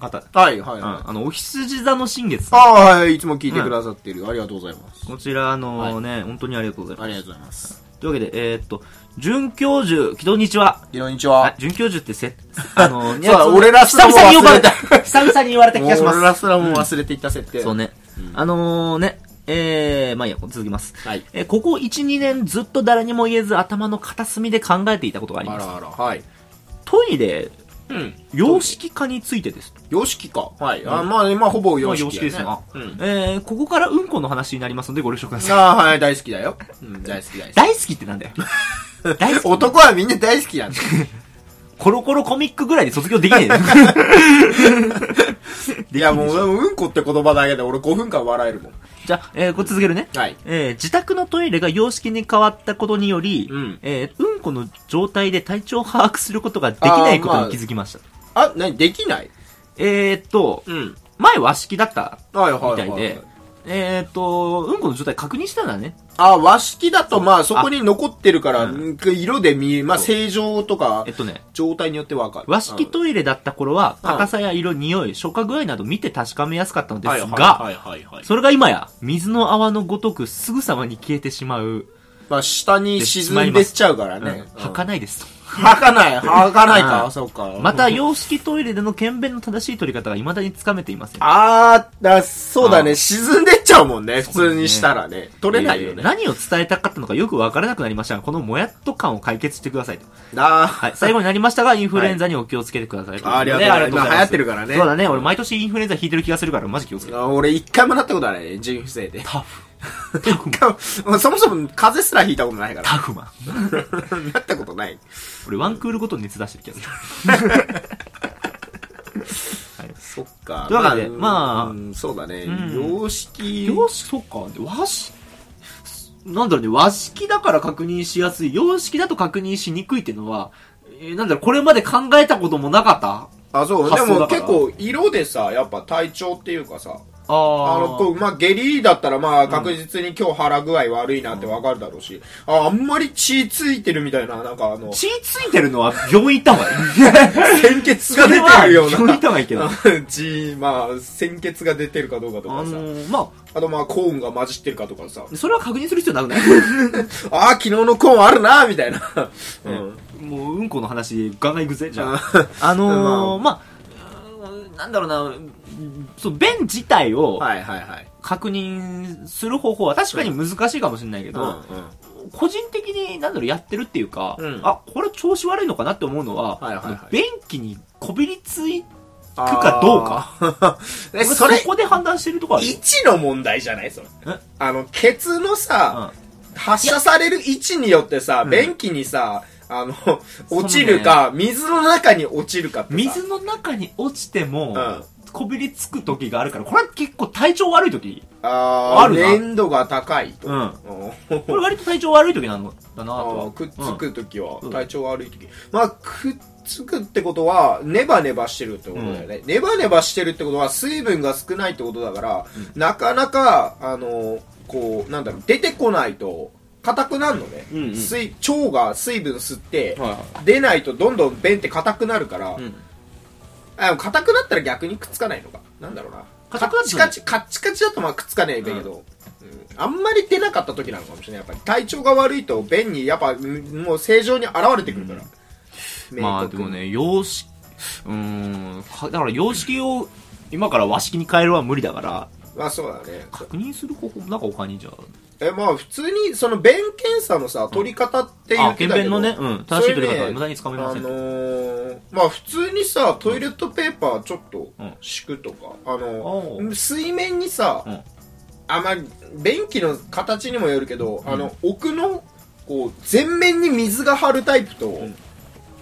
S1: 方。
S2: はい、は
S1: う
S2: い、はい。
S1: んあの、お羊座の新月さん。
S2: ああ、はい、いつも聞いてくださってる。ありがとうございます。
S1: こちら、あのね、本当にありがとうございます。
S2: ありがとうございます。
S1: というわけで、えーっと、准教授、こんにちは。
S2: こんにちは。
S1: あ、準教授って せ、あの、
S2: そうだ俺らす
S1: 久
S2: らも
S1: 々に呼ばれた。
S2: 忘れ
S1: 久々に言われた気がしま
S2: もう俺ら
S1: す。
S2: すらもう忘れていた設定。
S1: そうね。あのー、ね、えー、まあいいや、続きます。
S2: はい
S1: えーここ1、2年ずっと誰にも言えず頭の片隅で考えていたことがあり
S2: あ
S1: ます。
S2: らあら、はい。
S1: トイレ、
S2: うん。
S1: 様式化についてです。
S2: 様式か。はい。あまあ、まあ、ほぼ様式、
S1: まあ洋式ですね
S2: うん。
S1: えー、ここからうんこの話になりますのでご了承ください。
S2: ああ、はい、大好きだよ。うん、大好き大好
S1: 大好きってなんだ よ。大好
S2: き。
S1: き。
S2: 男はみんな大好 きなんだ。
S1: コロコロコミックぐらいで卒業できねえよ。
S2: いや、もう、うんこって言葉だけで俺5分間笑えるもん。
S1: じゃあ、えー、これ続けるね。
S2: はい。
S1: えー自宅のトイレが様式に変わったことにより、
S2: うん
S1: えーうんこの状態で体調を把握することができないことに気づきました。
S2: あ、何できない
S1: えー、っと、
S2: うん。
S1: 前和式だった
S2: はいはい
S1: み
S2: は
S1: た
S2: い
S1: い
S2: はい、
S1: で、えー、っと、うんこの状態確認したんだね。
S2: あ、和式だとまあそこに残ってるから、
S1: う
S2: 色で見え、まあ
S1: そう
S2: 正常とか
S1: えっ、とね、
S2: 状態によってわかる。
S1: 和式トイレだった頃は、
S2: うん
S1: 硬さや色、匂い、消化具合など見て確かめやすかったの
S2: うん
S1: ですが、
S2: はいはいはいはいはい。
S1: それが今や、水の泡のごとくすぐさまに消えてしまう、
S2: まあ下に沈んでっちゃうからね。
S1: うん儚いですと。
S2: はかない。はかない
S1: うん
S2: か。そうか。
S1: また、洋式トイレでの検便の正しい取り方が未だにつかめていません。
S2: あー、だ、そうだ
S1: う
S2: ね。
S1: ん
S2: 沈んでっちゃうもんね。普
S1: そうだね
S2: 通にしたらね。取れないよ
S1: えー
S2: ね。
S1: 何を伝えたかったのかよくわからなくなりましたが、このもやっと感を解決してくださいと。
S2: だ
S1: はい。最後になりましたが、インフルエンザにお気をつけてくださいと。
S2: あありがとうございます今流行ってるからね
S1: そうだね。俺毎年インフルエンザ引いてる気がするから、マジ気をつけて。
S2: あ俺一回もなったことないね。人生で。
S1: タフ。タフマン。
S2: そもそも風邪すらひいたことないから
S1: タ。フマン。
S2: なったことない。
S1: 俺ワンクールごとに熱出してる気がする。
S2: そっか。
S1: というわけでまあ
S2: うんそうだね
S1: ん。
S2: 様式。
S1: 洋式、そっか。和式、なんだろうね、和式だから確認しやすい。洋式だと確認しにくいっていうのは、えーなんだろう、これまで考えたこともなかった
S2: あ、そう。で
S1: 発想だ
S2: も
S1: から
S2: 結構、色でさ、やっぱ体調っていうかさ、
S1: あ
S2: あ
S1: ー
S2: の、こう、まあ、下痢だったら、まあ、確実に今日腹具合悪いなってわかるだろうし、あ、あんまり血ついてるみたいな、なんかあの、
S1: 血ついてるのは病院行った 方がいい。
S2: 鮮血が出てるよう
S1: 病院行
S2: な
S1: っ。た方がいいけ ど。あ
S2: 血、まあ、鮮血が出てるかどうかと
S1: の
S2: かさ、
S1: ー、ま
S2: あとまあ、コーンが混じってるかとかさ、
S1: あ、それは確認する必要なくない
S2: ああ、昨日のコーンあるな、みたいな。うん。
S1: もう、うんこの話、ガンガン行くぜ、じゃあ。
S2: は
S1: あのー、 まあ、うーんなんだろうな、そう、便自体を
S2: いはいはい。
S1: 確認する方法は確かに難しいかもしれないけ
S2: うんうん
S1: ど、。個人的に、なんだろう、やってるっていうか
S2: うん、
S1: あ、これ調子悪いのかなって思うのは
S2: はいはいはい、
S1: 便器にこびりつい、かどう
S2: か。 え、
S1: 俺
S2: そ
S1: そ
S2: れ、
S1: こで判断してるとこあるよ。
S2: 位置の問題じゃないそれ
S1: え。
S2: あの、ケツのさ、発射される位置によってさ、便器にさ、あの、落ちるか、水の中に落ちるかってさ
S1: 水の中に落ちても
S2: うん、
S1: こびりつく時があるから、これは結構体調悪い時
S2: あ
S1: あ
S2: ー
S1: るな
S2: 粘度が高 いと。
S1: うん。
S2: うん
S1: これ割と体調悪い時なのだな
S2: あ
S1: とは
S2: ー。くっつくときは
S1: うん、
S2: 体調悪いとき。まあ、くっつくってことは、ネバネバしてるってことだよね。ネバネバしてるってことは、水分が少ないってことだから、なかなか、あの、こう、なんだろう、出てこないと、硬くなるのね。
S1: うんうん
S2: 水腸が水分吸って、
S1: うん。はい
S2: 出ないとどんどん便って硬くなるから、
S1: うん
S2: あでも硬くなったら逆にくっつかないのか。なんだろうな。カ
S1: 硬くなっ
S2: ッチ
S1: て
S2: カ
S1: ない
S2: チ、カッチカチだとまあくっつかないんだけど、うんあんまり出なかった時なのかもしれない。やっぱり体調が悪いと便にやっぱうんもう正常に現れてくるから。明確に
S1: まあでも。ね、様式、うーん、かだから様式を今から和式に変えるは無理だから、
S2: まあそうだね。
S1: 確認する方法もなんか他にじゃ
S2: え、まあ普通にその便検査のさ、取り方っていう
S1: あ。あ、
S2: だけ
S1: 検便
S2: ど
S1: のね、うん、正しい取り方は無駄につか
S2: あ
S1: めま
S2: の
S1: せん。
S2: ー、まあ普通にさ、トイレットペーパーちょっと
S1: うん
S2: 敷くとか、あの
S1: おう、
S2: 水面にさ、
S1: うん
S2: あまり、便器の形にもよるけど、あの、奥の、こう、全面に水が張るタイプと、
S1: ん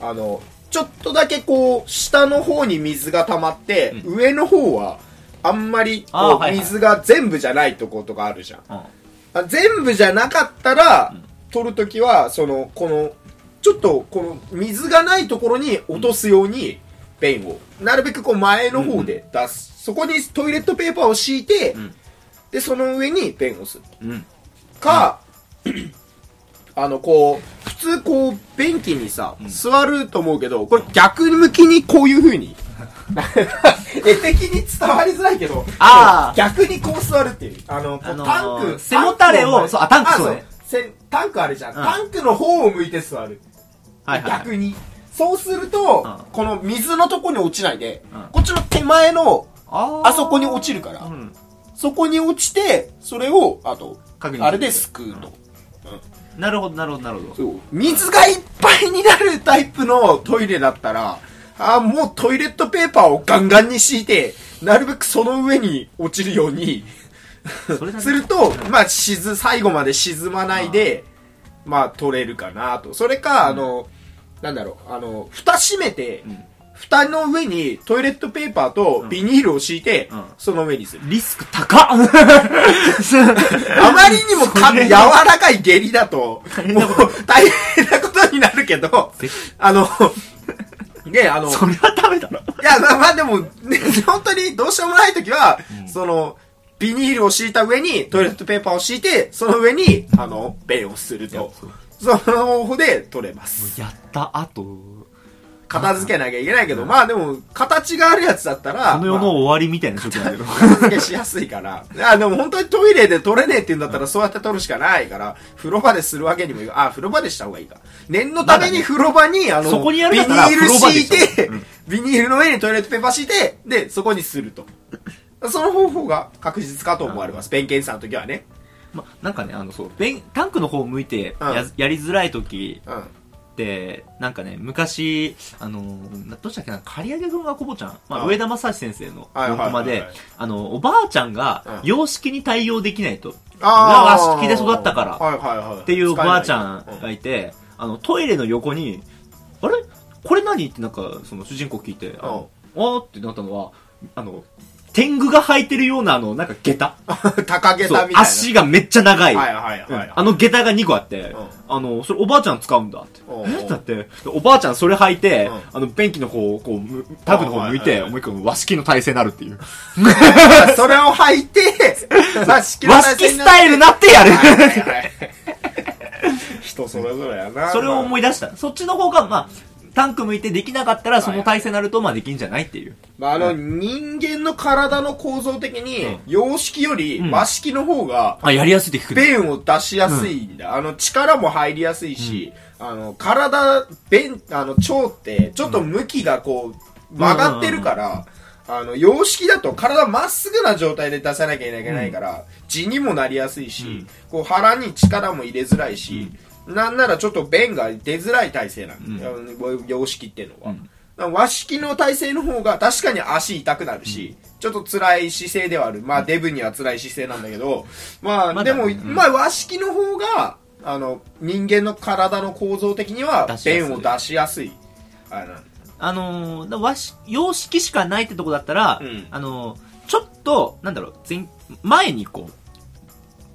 S2: あの、ちょっとだけこう、下の方に水が溜まって、上の方は、あんまり
S1: あー
S2: こ
S1: は
S2: う、
S1: いはい
S2: 水が全部じゃないとことかあるじゃん。
S1: うん
S2: あ全部じゃなかったら、取るときは、その、この、ちょっと、この、水がないところに落とすように、便を、なるべくこう前の方で出す。そこにトイレットペーパーを敷いて、
S1: ん
S2: で、その上に便をする。
S1: うん。
S2: か、あの、こう、普通こう、便器にさ、座ると思うけど、これ逆向きにこういう風に、 絵的に伝わりづらいけど、
S1: あー
S2: 逆にこう座るっていう。あの、こう
S1: あのー
S2: タンク、
S1: 背もたれを
S2: タンク前
S1: そうあタンク
S2: あ
S1: そうね
S2: せんタンクあるじゃ
S1: う
S2: ん、
S1: ん
S2: タンクの方を向いて座る、
S1: はいはいはい
S2: 逆にそうすると、
S1: うん
S2: この水のとこに落ちないで、
S1: うん
S2: こっちの手前の
S1: あー
S2: あそこに落ちるから、
S1: うん
S2: そこに落ちてそれをあと
S1: 確認
S2: あれですくうと、
S1: なるほどなるほどなるほど
S2: そう水がいっぱいになるタイプのトイレだったらあーもうトイレットペーパーをガンガンに敷いてなるべくその上に落ちるように
S1: それだけ
S2: すると、まあ、沈最後まで沈まないで、まあ、取れるかなと。それか、あの、なんだろう、あの、蓋閉めて、
S1: うん
S2: 蓋の上にトイレットペーパーとビニールを敷いて、
S1: うん
S2: その上にする。
S1: リスク高 っ
S2: あまりにもか
S1: それ
S2: 柔らかい下痢だと、
S1: 変
S2: も
S1: なこと
S2: う大変なことになるけど
S1: ぜ、
S2: あの、ね、あの、
S1: それはダメだろ
S2: いや、まあまあでも、ね、本当にどうしようもないときは、その、ビニールを敷いた上に、トイレットペーパーを敷いて、その上に、あの、便をすると。その方法で取れます。
S1: やった後こ
S2: 片付けなきゃいけないけど、まあでも、形があるやつだったら、
S1: の世の
S2: まあ
S1: 終わりみたいな状況だけど
S2: 片付けしやすいから。いや、でも本当にトイレで取れねえって言うんだったら、そうやって取るしかないから、風呂場でするわけにもいかあ、風呂場でした方がいいか。念のために風呂場に、あの、
S1: そこにやるん
S2: ビ
S1: だっ
S2: ニ
S1: たら
S2: ール敷い
S1: 風
S2: て
S1: 呂場で、
S2: ビニールの上にトイレットペーパー敷いて、で、そこにすると。その方法が確実かと思われます。弁検査の時はね。
S1: ま、なんかね、あの、そう、ベンタンクの方向いて
S2: うん
S1: や,、やりづらい時
S2: うん。
S1: って、なんかね、昔、あの、などうしたっけな、刈り上げ軍がコボちゃん、まあ、
S2: うん
S1: 上田正史先生の
S2: はいはいはいはい
S1: 横まで、あの、おばあちゃんが
S2: う、ん
S1: 洋式に対応できないと、
S2: あー
S1: 和式で育ったから
S2: はいはいはい。っ
S1: っていうおばあちゃんがいて、あの、トイレの横に、あれこれ何ってなんか、その主人公聞いて、あの、あーってなったのは、あの、天狗が履いてるような、あの、なんか下駄。
S2: 高げたみ
S1: そ
S2: た
S1: う
S2: いな。
S1: 足がめっちゃ長い。
S2: はいはいはいはい。
S1: あの下駄が2個あって、
S2: うん
S1: あの、それおばあちゃん使うんだって。
S2: おうおう
S1: えだって、おばあちゃんそれ履いて、
S2: うん
S1: あの、便器の方をこうむ、タブの方向い
S2: あはい
S1: て、
S2: はい
S1: もう一個の和式の体勢になるっていう。
S2: それを履 いて、和式の
S1: 和
S2: 体
S1: 式
S2: 勢
S1: ス
S2: になって
S1: タイルなってやる
S2: 人それぞれやな。
S1: それを
S2: い、
S1: 思い出した。そっちの方が、まあ、タンク向いてできなかったら、その体勢になると、まあできんじゃないっていう。
S2: まあ、あの、人間の体の構造的
S1: う
S2: に
S1: ん、
S2: 様式より
S1: うん
S2: 和式の方が、
S1: あ、やりやすいって聞くね。
S2: 便を出しやすいんだ。あの、力も入りやすいし、あの、体、便、あの、腸って、ちょっと向きがこう、曲がってるから、あの、様式だと体まっすぐな状態で出さなきゃいけないから、地にもなりやすいし、
S1: うん
S2: こう腹に力も入れづらいし、なんならちょっと便が出づらい体勢なんだ、よ様式っていうのは。
S1: うん
S2: だから和式の体勢の方が確かに足痛くなるし、ちょっと辛い姿勢ではある。まあ、デブには辛い姿勢なんだけど、まあ、
S1: まだ
S2: でも、
S1: うん
S2: まあ、和式の方が、あの、人間の体の構造的には
S1: 出、しやすい
S2: 便を出しやすい。あの
S1: あのー、だ和式、洋式しかないってとこだったら、
S2: うん
S1: あのー、ちょっと、なんだろう、前、前にこう、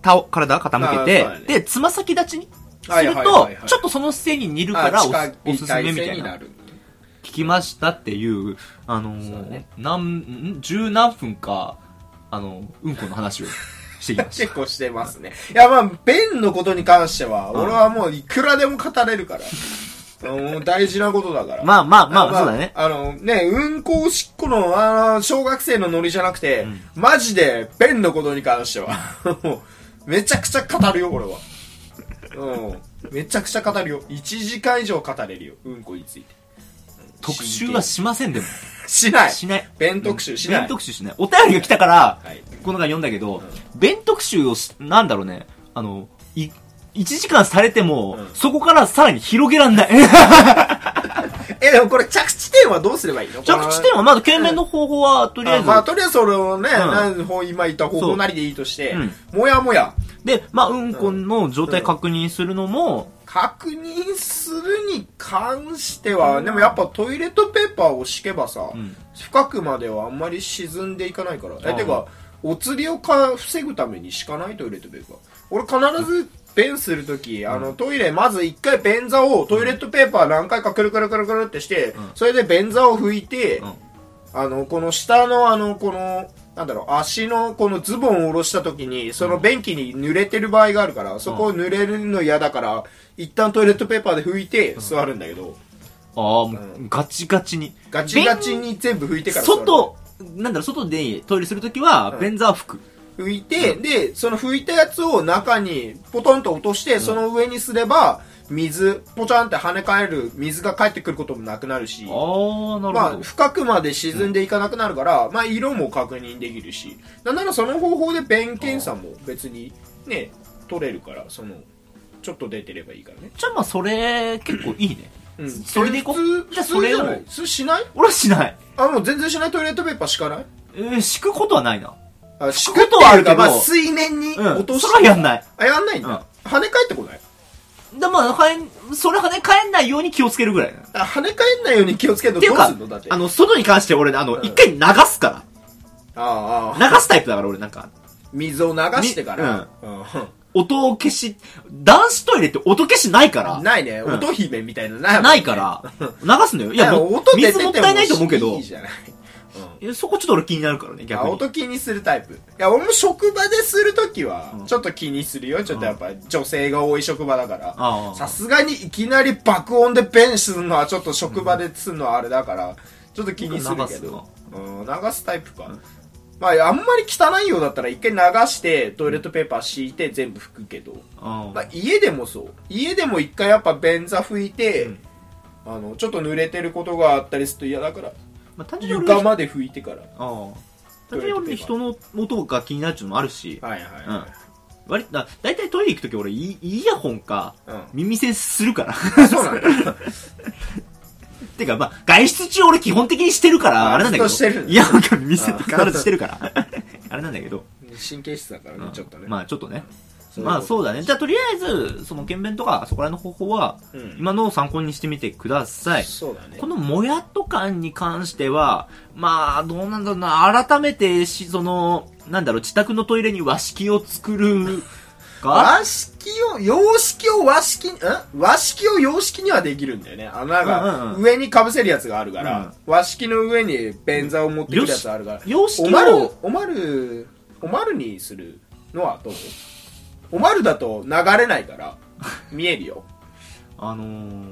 S1: 倒、体傾けて、
S2: あーそうだね
S1: で、つま先立ちにす
S2: はい
S1: る
S2: はい
S1: と
S2: はいは、い
S1: ちょっとその姿勢に似るから
S2: あ
S1: お
S2: 近
S1: おすすめみた
S2: 体勢
S1: い
S2: にな
S1: な。
S2: る。
S1: 聞きましたっていう、あの
S2: そうだ
S1: ー
S2: ね
S1: なん、ん十何分か、あのー、うんこの話をしてきまし
S2: 結構してますね。いや、まあ、便のことに関しては、
S1: うん
S2: 俺はもういくらでも語れるから。 うん大事なことだから
S1: た。。まあまあまあ、そうだね。
S2: あのね、運行しっこの、あの、小学生のノリじゃなくて、
S1: うん
S2: マジで、ペンのことに関しては、 もうめちゃくちゃ語るよ、俺は。うん。めちゃくちゃ語るよ。1時間以上語れるよ、うんこについて。
S1: 特集はしませんでも。
S2: しない。
S1: しない。
S2: ペン特集しない。
S1: 弁特集しない。お便りが来たから、
S2: はい。
S1: この中読んだけど、弁特集をし、なんだろうね、あの、い、1時間されても、
S2: うん
S1: そこからさらに広げら んない。
S2: え、でもこれ着地点はどうすればいいの
S1: 着地点はまだ懸命の方法は、とりあえ
S2: あ
S1: ず、
S2: まあ、とりあえずそれをね、
S1: ん
S2: なんほ今言った方法なりでいいとして
S1: そう、
S2: もやもや、
S1: で、まあ、うんこの状態確認するのも、
S2: 確認するに関しては、でもやっぱトイレットペーパーを敷けばさ、
S1: うん
S2: 深くまではあんまり沈んでいかないから。
S1: あ
S2: え、
S1: あ
S2: てか、お釣りをか防ぐために敷かないトイレットペーパー。俺必ず、便するとき、あの、トイレ、まず一回便座をトイレットペーパー何回かくるくるくるくるってして、
S1: ん
S2: それで便座を拭いて、
S1: うん
S2: あの、この下の、あの、この、なんだろう、足のこのズボンを下ろした時に、その便器に濡れてる場合があるから、そこを濡れるの嫌だから、一旦トイレットペーパーで拭いて座るんだけど、
S1: ああ、もう
S2: う
S1: ガチガチに。
S2: ガチガチに全部拭いてから座る。
S1: 外、なんだろう、外でトイレするときは
S2: う、ん
S1: 便座は拭く。
S2: 拭いて、で、その拭いたやつを中にポトンと落として、その上にすれば、水、ポチャンって跳ね返る水が返ってくることもなくなるし、
S1: ああ、なる
S2: ま
S1: ほ
S2: あ、
S1: ど。
S2: 深くまで沈んでいかなくなるから、まあ、色も確認できるし、なんならその方法でペン検査も別にね、取れるから、その、ちょっと出てればいいからね。
S1: じゃあまあ、それ、結構いいね。
S2: うん。
S1: それでいこう
S2: 普通
S1: じゃあ
S2: 普通じ
S1: それを
S2: ない普通しない
S1: 俺はしない。
S2: あ、もう全然しないトイレットペーパー敷かない
S1: えー、敷くことはないな。
S2: あ、敷
S1: 敷
S2: く
S1: く
S2: と
S1: と
S2: は
S1: は
S2: あ
S1: あ
S2: る
S1: る
S2: け
S1: け
S2: ど、
S1: ど
S2: まあ、水面に
S1: う
S2: 落
S1: ん。
S2: とし
S1: そ
S2: て、
S1: れはやんない。
S2: あ、やんないんだ。跳ね返ってこない
S1: でまあ、はえ、それ跳ね返んないように気をつけるぐらいだな。
S2: あ跳ね返んないように気をつける
S1: っ
S2: の
S1: てい
S2: ど
S1: う
S2: う
S1: か
S2: すんのだって。、
S1: あの、外に関して俺、あの、
S2: ん
S1: 一回流すか
S2: ああ、
S1: ら。流すタイプだから俺なんか、
S2: 水を流してから。
S1: 音を消し、男子トイレって音消しないから。
S2: うんないね。
S1: うん
S2: 音姫みたいなのないもんね
S1: ないから、流すのよ。い
S2: いや、
S1: や、
S2: も
S1: も
S2: う
S1: う
S2: 音出て
S1: 水も
S2: ても
S1: ったいないと思うけど
S2: いい、じゃない。
S1: いやそこちょっと俺気になるからね、
S2: うん、
S1: 逆
S2: あ
S1: に。
S2: 音気にするタイプいや俺も職場でするときは
S1: うん
S2: ちょっと気にするよ、ちょっとやっぱ女性が多い職場だから
S1: ああ
S2: さすがにいきなり爆音でペンするのはちょっと職場でするのはあれだからちょっと気にする
S1: 流
S2: け
S1: す
S2: ど
S1: よ
S2: うん、流すタイプか、まああんまり汚いようだったら一回流してトイレットペーパー敷いて全部拭くけど、
S1: うん
S2: まあ、家でもそう家でも一回やっぱ便座拭いて、
S1: うん
S2: あのちょっと濡れてることがあったりすると嫌だから
S1: まあ単純に俺
S2: 床
S1: は、
S2: まで拭いてから
S1: うん単純に俺ね人の音が気になるっていうのもあるし、
S2: はいは
S1: うん割だ大体トイレ行くとき俺イ、イヤホンか、
S2: い、うん
S1: 耳栓するから。
S2: そうなんだ
S1: てか、まあ、外出中俺基本的にしてるか
S2: あ
S1: ら、あれなんだ
S2: ずっとして
S1: け
S2: る
S1: ど。イヤホンか耳栓って
S2: あ
S1: 必ずしてるから。 あれなんだけど。
S2: 神経質だからね、ちょっとね、
S1: まあ、ちょっとね。
S2: いうこと
S1: まあ、そうだね。じゃあ、とりあえず、その、検便とか、そこら辺の方法は、
S2: うん
S1: 今のを参考にしてみてください。
S2: そうだね
S1: このもやっと感に関しては、まあ、どうなんだろうな、改めてし、その、なんだろう、自宅のトイレに和式を作る か、
S2: 和式を洋式を和式にん和式を洋式にはできるんだよね穴
S1: うん
S2: が
S1: うんうん
S2: 上にかぶせるやつがあるから、
S1: うん
S2: 和式の上に便座を持ってくるやつあるから
S1: 様式
S2: おまる
S1: を、
S2: おまるおまるにするのはどうおまるだと流れないから見える よ、
S1: あのー、
S2: うん、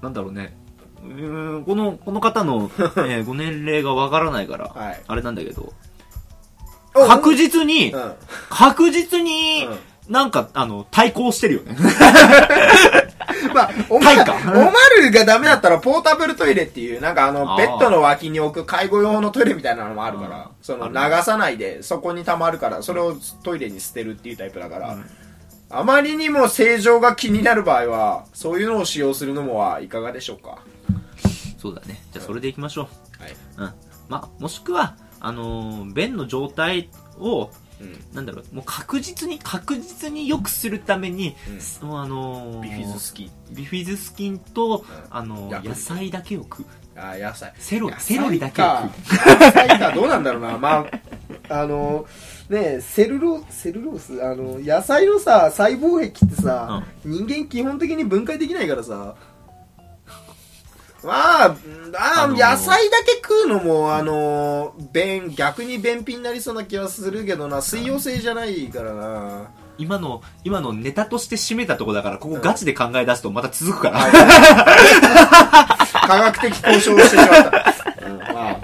S1: なんだろうね。うーん、この、この方 の、えーご年齢がわからないから、
S2: はい
S1: あれなんだけど、
S2: お
S1: 確実に、
S2: うん
S1: 確実に、
S2: うん
S1: なんか、あの、対抗してるよね。
S2: まあ、おま
S1: タイ
S2: る
S1: か、
S2: おまるがダメだったら、ポータブルトイレっていう、なんかあの、
S1: あー
S2: ベッドの脇に置く介護用のトイレみたいなのもあるか
S1: あー
S2: ら、その、
S1: あ
S2: 流
S1: る
S2: さないで、そこに溜まるから、それをトイレに捨てるっていうタイプだから
S1: うん、
S2: あまりにも正常が気になる場合は、そういうのを使用するのもはいかがでしょうか。
S1: そうだね。じゃあ、それでいきましょ
S2: はい。
S1: う。うん。まあ、もしくは、あのー便の状態を、
S2: うん。
S1: なんだろう、もう確実に、確実に良くするために、もうあのー
S2: ビフィズスキー。
S1: ビフィズス菌と、あの
S2: ヤク
S1: ー
S2: ルト
S1: 野菜だけを食う。
S2: あー、野菜。
S1: セロリ、
S2: 野
S1: セロリだ
S2: 菜
S1: けを食
S2: か
S1: う。。
S2: 野菜か、どうなんだろうな。まあ、あの、ねえセルロ、セルロース、あの、野菜のさ、細胞壁ってさ、人間基本的に分解できないからさ、まあ、あー、
S1: あのー
S2: 野菜だけ食うのも、あの、便、逆に便秘になりそうな気はするけどな、水溶性じゃないからな。
S1: 今の、今のネタとして締めたとこだから、ここガチで考え出すとまた続くから。
S2: 科学的交渉をしてしまった。うん、まあ。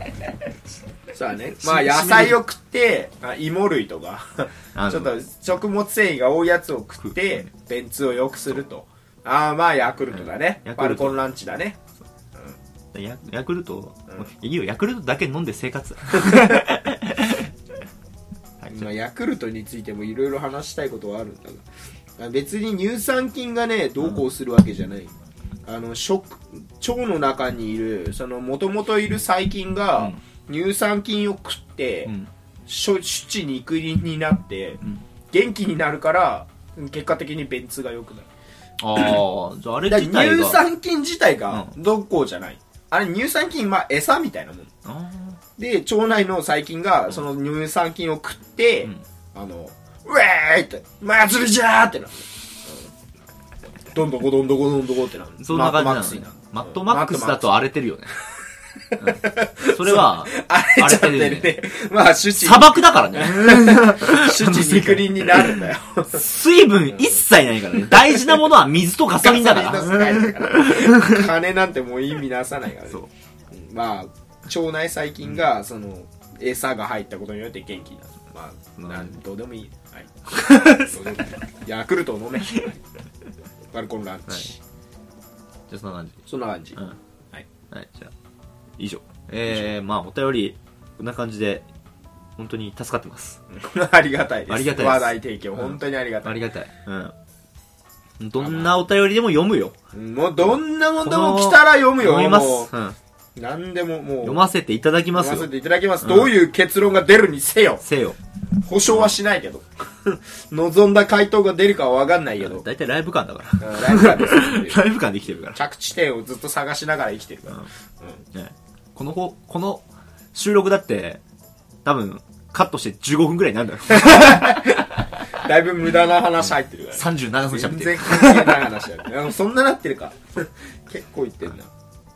S2: そうだね。まあ、野菜を食って、 あ芋類とか。
S1: あの
S2: ちょっと食物繊維が多いやつを食って、便通を良くすると。ああ、まあ、ヤクルトだね
S1: うんヤ。ク
S2: バル
S1: ルト
S2: コンランチだね。
S1: ヤヤクルト、
S2: う
S1: いいよ、ヤクルトだけ飲んで生活。はい
S2: まあ、ヤクルトについてもいろいろ話したいことはあるんだが。あ別に乳酸菌がね、どうこうするわけじゃない。あの、食、腸の中にいる、その、もともといる細菌が、乳酸菌を食って、
S1: うん
S2: しょ主治肉林になって、
S1: ん
S2: 元気になるから、結果的に便通が良くなる。
S1: ああ、じゃああれ
S2: だ
S1: 自
S2: から
S1: 体
S2: 乳
S1: が。
S2: 酸菌自体が
S1: う
S2: どうこうじゃない、あれ乳酸菌まあ餌みたいなもん
S1: あ
S2: で腸内の細菌がその乳酸菌を食っ
S1: ー
S2: て、
S1: うん
S2: あのウェーイって祭りじゃーってなるうんどんどこどんどこどんどこってなる
S1: そんな
S2: マッ
S1: 感
S2: クス
S1: じ
S2: に
S1: な
S2: な
S1: の
S2: る
S1: ねマットマックスだと荒れてるよね。 うんそれは、
S2: 荒れちゃってる
S1: 荒れて
S2: ね。まあ、主治、
S1: 砂漠だから ね。
S2: 主治肉林になる んだよ。
S1: 水分一切ない からね。大事なものは水とガソリンだから。
S2: ガソリンの世界 だから金なんてもう意味なさないからね
S1: そう
S2: うんまあ腸内細菌がその餌が入ったことによって元気になる、まあ、
S1: まあ
S2: なんどうでもいい。はい。 どうでもいいヤクルトを飲め。はいバルコンランチ。
S1: はいじゃあそんな感じ。
S2: そんな感じ。
S1: うん。
S2: はい。
S1: はい、じゃあ、以上。えー、まあ、お便り、こんな感じで、本当に助かってます。
S2: ありがたいです。
S1: ありがたいです
S2: 話題提供、本当にありがた
S1: あ
S2: い。
S1: りがたい。うん。どんなお便りでも読むよ。
S2: もうどんなもんでも来たら読むよ。
S1: 読みます。
S2: も
S1: うん。
S2: う何でももう。
S1: 読ませていただきます
S2: 読
S1: よ
S2: ませ。ていただきます、
S1: うん
S2: どういう結論が出るにせよ。
S1: せよ。
S2: 保証はしないけど。望んだ回答が出るかは分かんない けど。
S1: だいたいライブ感だか
S2: うんライブ感です
S1: ら。ライブ感できてるから。
S2: 着地点をずっと探しながら生きてるから。
S1: ね、このほ、この収録だって、多分、カットして15分くらいになるんだろ う。
S2: だいぶ無駄な話入ってるから。
S1: 37分喋
S2: 全
S1: ってる
S2: 然。関係ない話だよね。そんななってるか。結構言ってんな。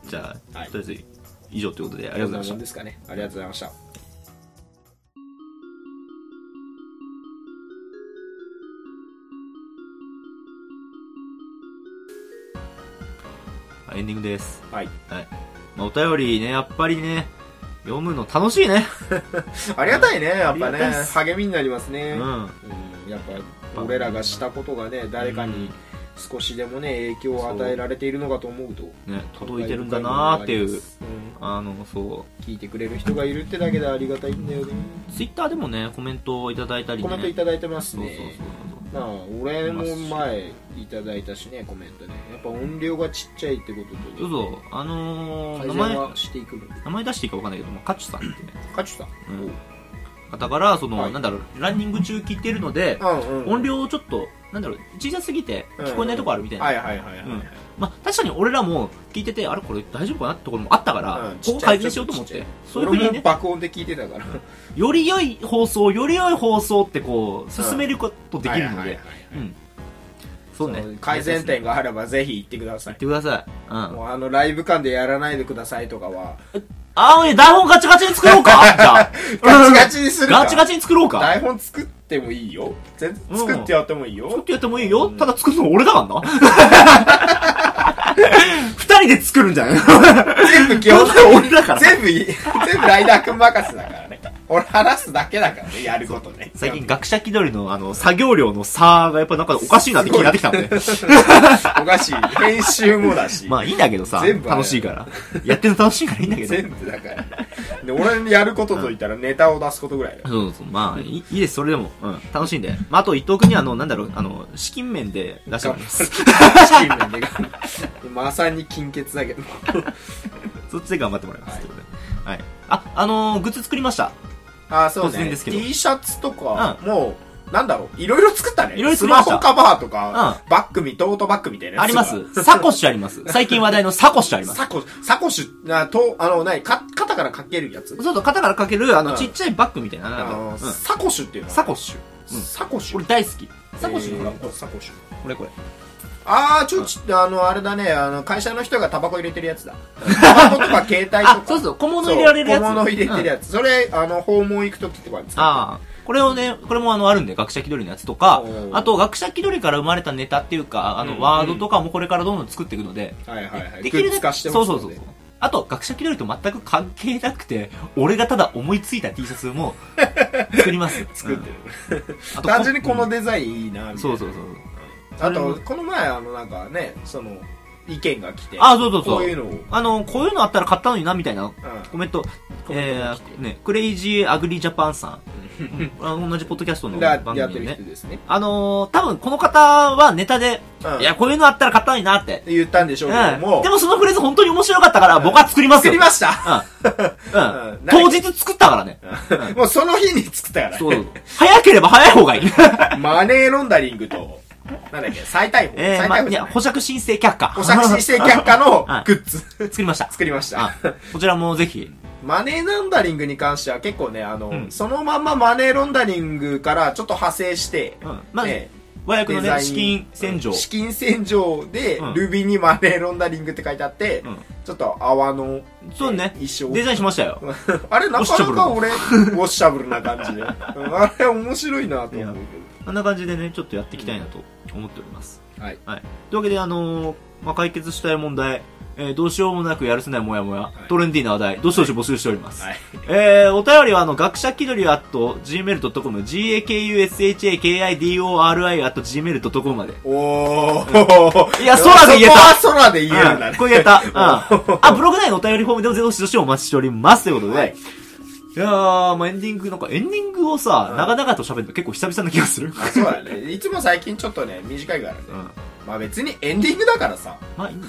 S1: じゃあ、
S2: はい
S1: とりあえず、以上ということで、ありがとうご
S2: そん
S1: ざいまし
S2: なも
S1: た
S2: ん。ですかね。ありがとうございました。
S1: エンディングです。
S2: はい。
S1: はい。まあ、お便りね、やっぱりね、読むの楽しい ね。
S2: ありがたいね、やっぱ
S1: あり
S2: ね
S1: がたいっ。す
S2: 励みになりますね。
S1: うん。
S2: うんやっぱ俺らがしたことがね誰かに少しでもね影響を与えられているのかと思うと
S1: ね、届いてるんだなーってい
S2: うん
S1: う。あの、そ
S2: 聞いてくれる人がいるってだけでありがたいんだよね
S1: う。ツイッターでもね、コメントをいただいたりね。
S2: コメントいただいてます
S1: そうそうそう
S2: ねまあ俺も前いただいたしねコメントねやっぱ音量がちっちゃいってこと
S1: そう。ど
S2: と
S1: うぞ、あのー、
S2: 改
S1: 名
S2: 善
S1: 前、
S2: はしていくの
S1: 名前出していいかわかんないけど、まあ、カチュさんってね、
S2: カチュさん
S1: うん方から、その、
S2: はい
S1: なんだろう、ランニング中聞いてるので、
S2: うんうん
S1: 音量をちょっと、なんだろう、小さすぎて聞こえないとこあるみたいな。
S2: はいはいはいはいはい
S1: まあ、確かに俺らも聞いてて、あれこれ大丈夫かなってところもあったから、
S2: うん
S1: ここ改善しようと思っ
S2: ちちゃ
S1: て
S2: い、
S1: そういうふうに
S2: 俺
S1: ね
S2: も、爆音で聞いてた から
S1: より良い放送、より良い放送ってこう、進めることできるの
S2: はいはい
S1: で
S2: は、いはい
S1: うん。そうね
S2: その。改善点があればぜひ行ってください
S1: 言ってください。うん。あ
S2: もうあのライブ感でやらないでくださいとかは、
S1: あ、ね、台本ガチガチに作ろう かじゃあ。
S2: ガチガチにするか
S1: ガチガチに作ろうか
S2: 台本作ってもいいよ。全
S1: うん
S2: 作ってやってもいいよ。
S1: 作ってやってもいいよ。ただ作るの俺だからな。 二人で作るんじゃない
S2: 全部基
S1: 基本
S2: 本
S1: 的に俺だから。
S2: 全部いい、全部ライダーくん任せだからね。俺話すだけだからね、やることね。
S1: 最近学者気取りのあの、作業量の差がやっぱなんかおかしいなって気になってきたんで。
S2: おかしい。編集も だし。
S1: まあいいんだけどさ、
S2: 全部あれ
S1: 楽しいから。やってるの楽しいからいいんだけど。
S2: 全部だから。で、俺にやることと言ったらネタを出すことぐらいだ よ。
S1: そうそうそう、まあ、いいいいです、それでも。うん、楽しんで。まあ、あと、伊藤君には、あの、なんだろう、あの、資金面で出してもらいます。
S2: チームの出が。まさに金欠だけど。
S1: そっちで頑張ってもらいます。ということではい。あ、あのーグッズ作りました。
S2: あ、そう
S1: 突然
S2: ね。
S1: ですけど
S2: T シャツとか、もう、なんだろう、いろいろ作ったね。
S1: いろいろ
S2: ス
S1: 作りま
S2: マ
S1: した
S2: ホカバーとか、バッグみ、トートバッグみたいなやつ
S1: ありま
S2: とか
S1: す。サコッシュあります。 最近話題のサコッシュあります。
S2: サコ、サコッシュ、あ、と、あの、ない、か、肩からかけるやつ
S1: そうそう、肩からかける、あ
S2: うん
S1: の、ちっちゃいバッグみたいな。
S2: あ
S1: なんか
S2: の、
S1: うん、
S2: サコッシュっていうの
S1: サコッシュ。うん
S2: サコッシュ
S1: 俺大好き。サコッシュのほ
S2: えー
S1: ら、
S2: これサコッシュ。
S1: これこれ。
S2: あー、ちょ、ちょ、あの、あれだね、あの、会社の人がタバコ入れてるや つだ。タバコとか携帯とか
S1: あ、。そうそう、小
S2: そ
S1: 物
S2: う
S1: 入れられるやつ。
S2: 小物入れてる
S1: つ。
S2: やつ。それ、あの、訪問行くときとかに使う。
S1: ああ。これをね、これもあの、あるんで、学者気取りのやつとか
S2: お、ー
S1: あと、学者気取りから生まれたネタっていうか、あ
S2: う
S1: の、
S2: ん
S1: ワードとかもこれからどんどん作っていくので、
S2: はいはいはい。
S1: できるだけ
S2: グッズ化して
S1: そ
S2: ま
S1: う
S2: すも
S1: そ
S2: ん
S1: う
S2: ね
S1: そうあと学者気取りと全く関係なくて俺がただ思いついた T シャツ も作ります
S2: 作ってる。
S1: あ
S2: 単純にこ
S1: う
S2: の
S1: ん
S2: デザインいいな、みたい
S1: そ
S2: な
S1: うそうそう
S2: あと、この前、あの、なんかね、その、意見が来て。
S1: あそうそうそう
S2: こういうのを。
S1: あのこういうのあったら買ったのになみたいな
S2: うん
S1: コメント
S2: コメ
S1: え
S2: ントが来て
S1: ーね、クレイジーアグリジャパンさんあの同じポッドキャストの
S2: が
S1: 番組
S2: や
S1: の
S2: ってる人
S1: ね
S2: ですね。
S1: あのー多分この方はネタで、
S2: うん
S1: いやこういうのあったら買ったのになって、
S2: 言ったんでしょうけ
S1: う
S2: ど
S1: ん、
S2: も
S1: で、もそのフレーズ本当に面白かったから僕は作ります
S2: 作
S1: よ
S2: りました
S1: うんうん
S2: うん
S1: 当日作ったからね、
S2: もうその日に作ったか
S1: そう
S2: ら
S1: そう早ければ早い方 がいい
S2: ね。マネーロンダリングと、なんだっけ、再逮捕。
S1: えー、
S2: 再
S1: まあ、
S2: 逮捕
S1: い
S2: じゃ
S1: や、
S2: ない。
S1: 保釈申請却下。
S2: 保釈申請却下の
S1: はい
S2: グッズ
S1: 作りました。
S2: 作りました
S1: あ。こちらもぜひ。
S2: マネーロンダリングに関しては結構ね、あの、
S1: うん
S2: そのまんまマネーロンダリングからちょっと派生して、
S1: うんまあ
S2: ね
S1: 和訳の
S2: デザ
S1: ね、
S2: イン
S1: 資金洗浄。
S2: 資金洗浄で、
S1: うん
S2: ルビにマネーロンダリングって書いてあって、
S1: うん
S2: ちょっと泡の、
S1: そうね。
S2: 一生
S1: デザインしましたよ。
S2: あれ、なかなか
S1: ウ
S2: 俺、ウォッシャブルな感じで。うんあれ、面白いなと思う
S1: こんな感じでね、ちょっとやっていきたいなと思っております。
S2: けど。はい。
S1: はい。というわけで、あのーまあ、解決したい問題、えーどうしようもなくやるせないもやもや、
S2: い
S1: トレンディーな話題、どしどし募集しております。
S2: はい
S1: えーお便りは、あの、学者気取り at gmail.com、gakushakidori at gmail.com まで。
S2: おー。
S1: いや空で言えた
S2: そこは空で言えるんだ
S1: うん
S2: ね。
S1: これ言え た。うん。あ、ブログ内のお便りフォームでもどしどしお待ちしております。ということで。
S2: はいい、
S1: やー、まあエンディング、なんかエンディングをさ、
S2: うん
S1: 長々と喋るの結構久々な気がする。
S2: あそうだね。いつも最近ちょっとね、短いからね。
S1: うん。
S2: まあ別にエンディングだからさ。
S1: まあいいんだ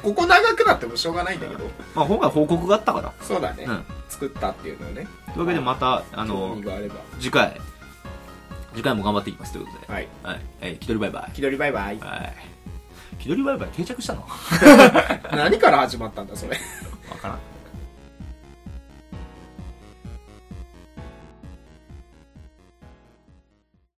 S2: ここ長くなってもしょうがないんだけど。
S1: まあ今回報告があったから。
S2: そうだね
S1: うん。
S2: 作ったっていうのをね。
S1: というわけでまた、あ
S2: 興
S1: の
S2: 味、があれば。
S1: 次回、次回も頑張っていきますということ で。
S2: はい。
S1: はい。えー、気取りバイバ
S2: 気取りバイバイ
S1: イ。。はい。気取りバイバイ定着したのわ
S2: 何から始まったんだ、それ。
S1: からん。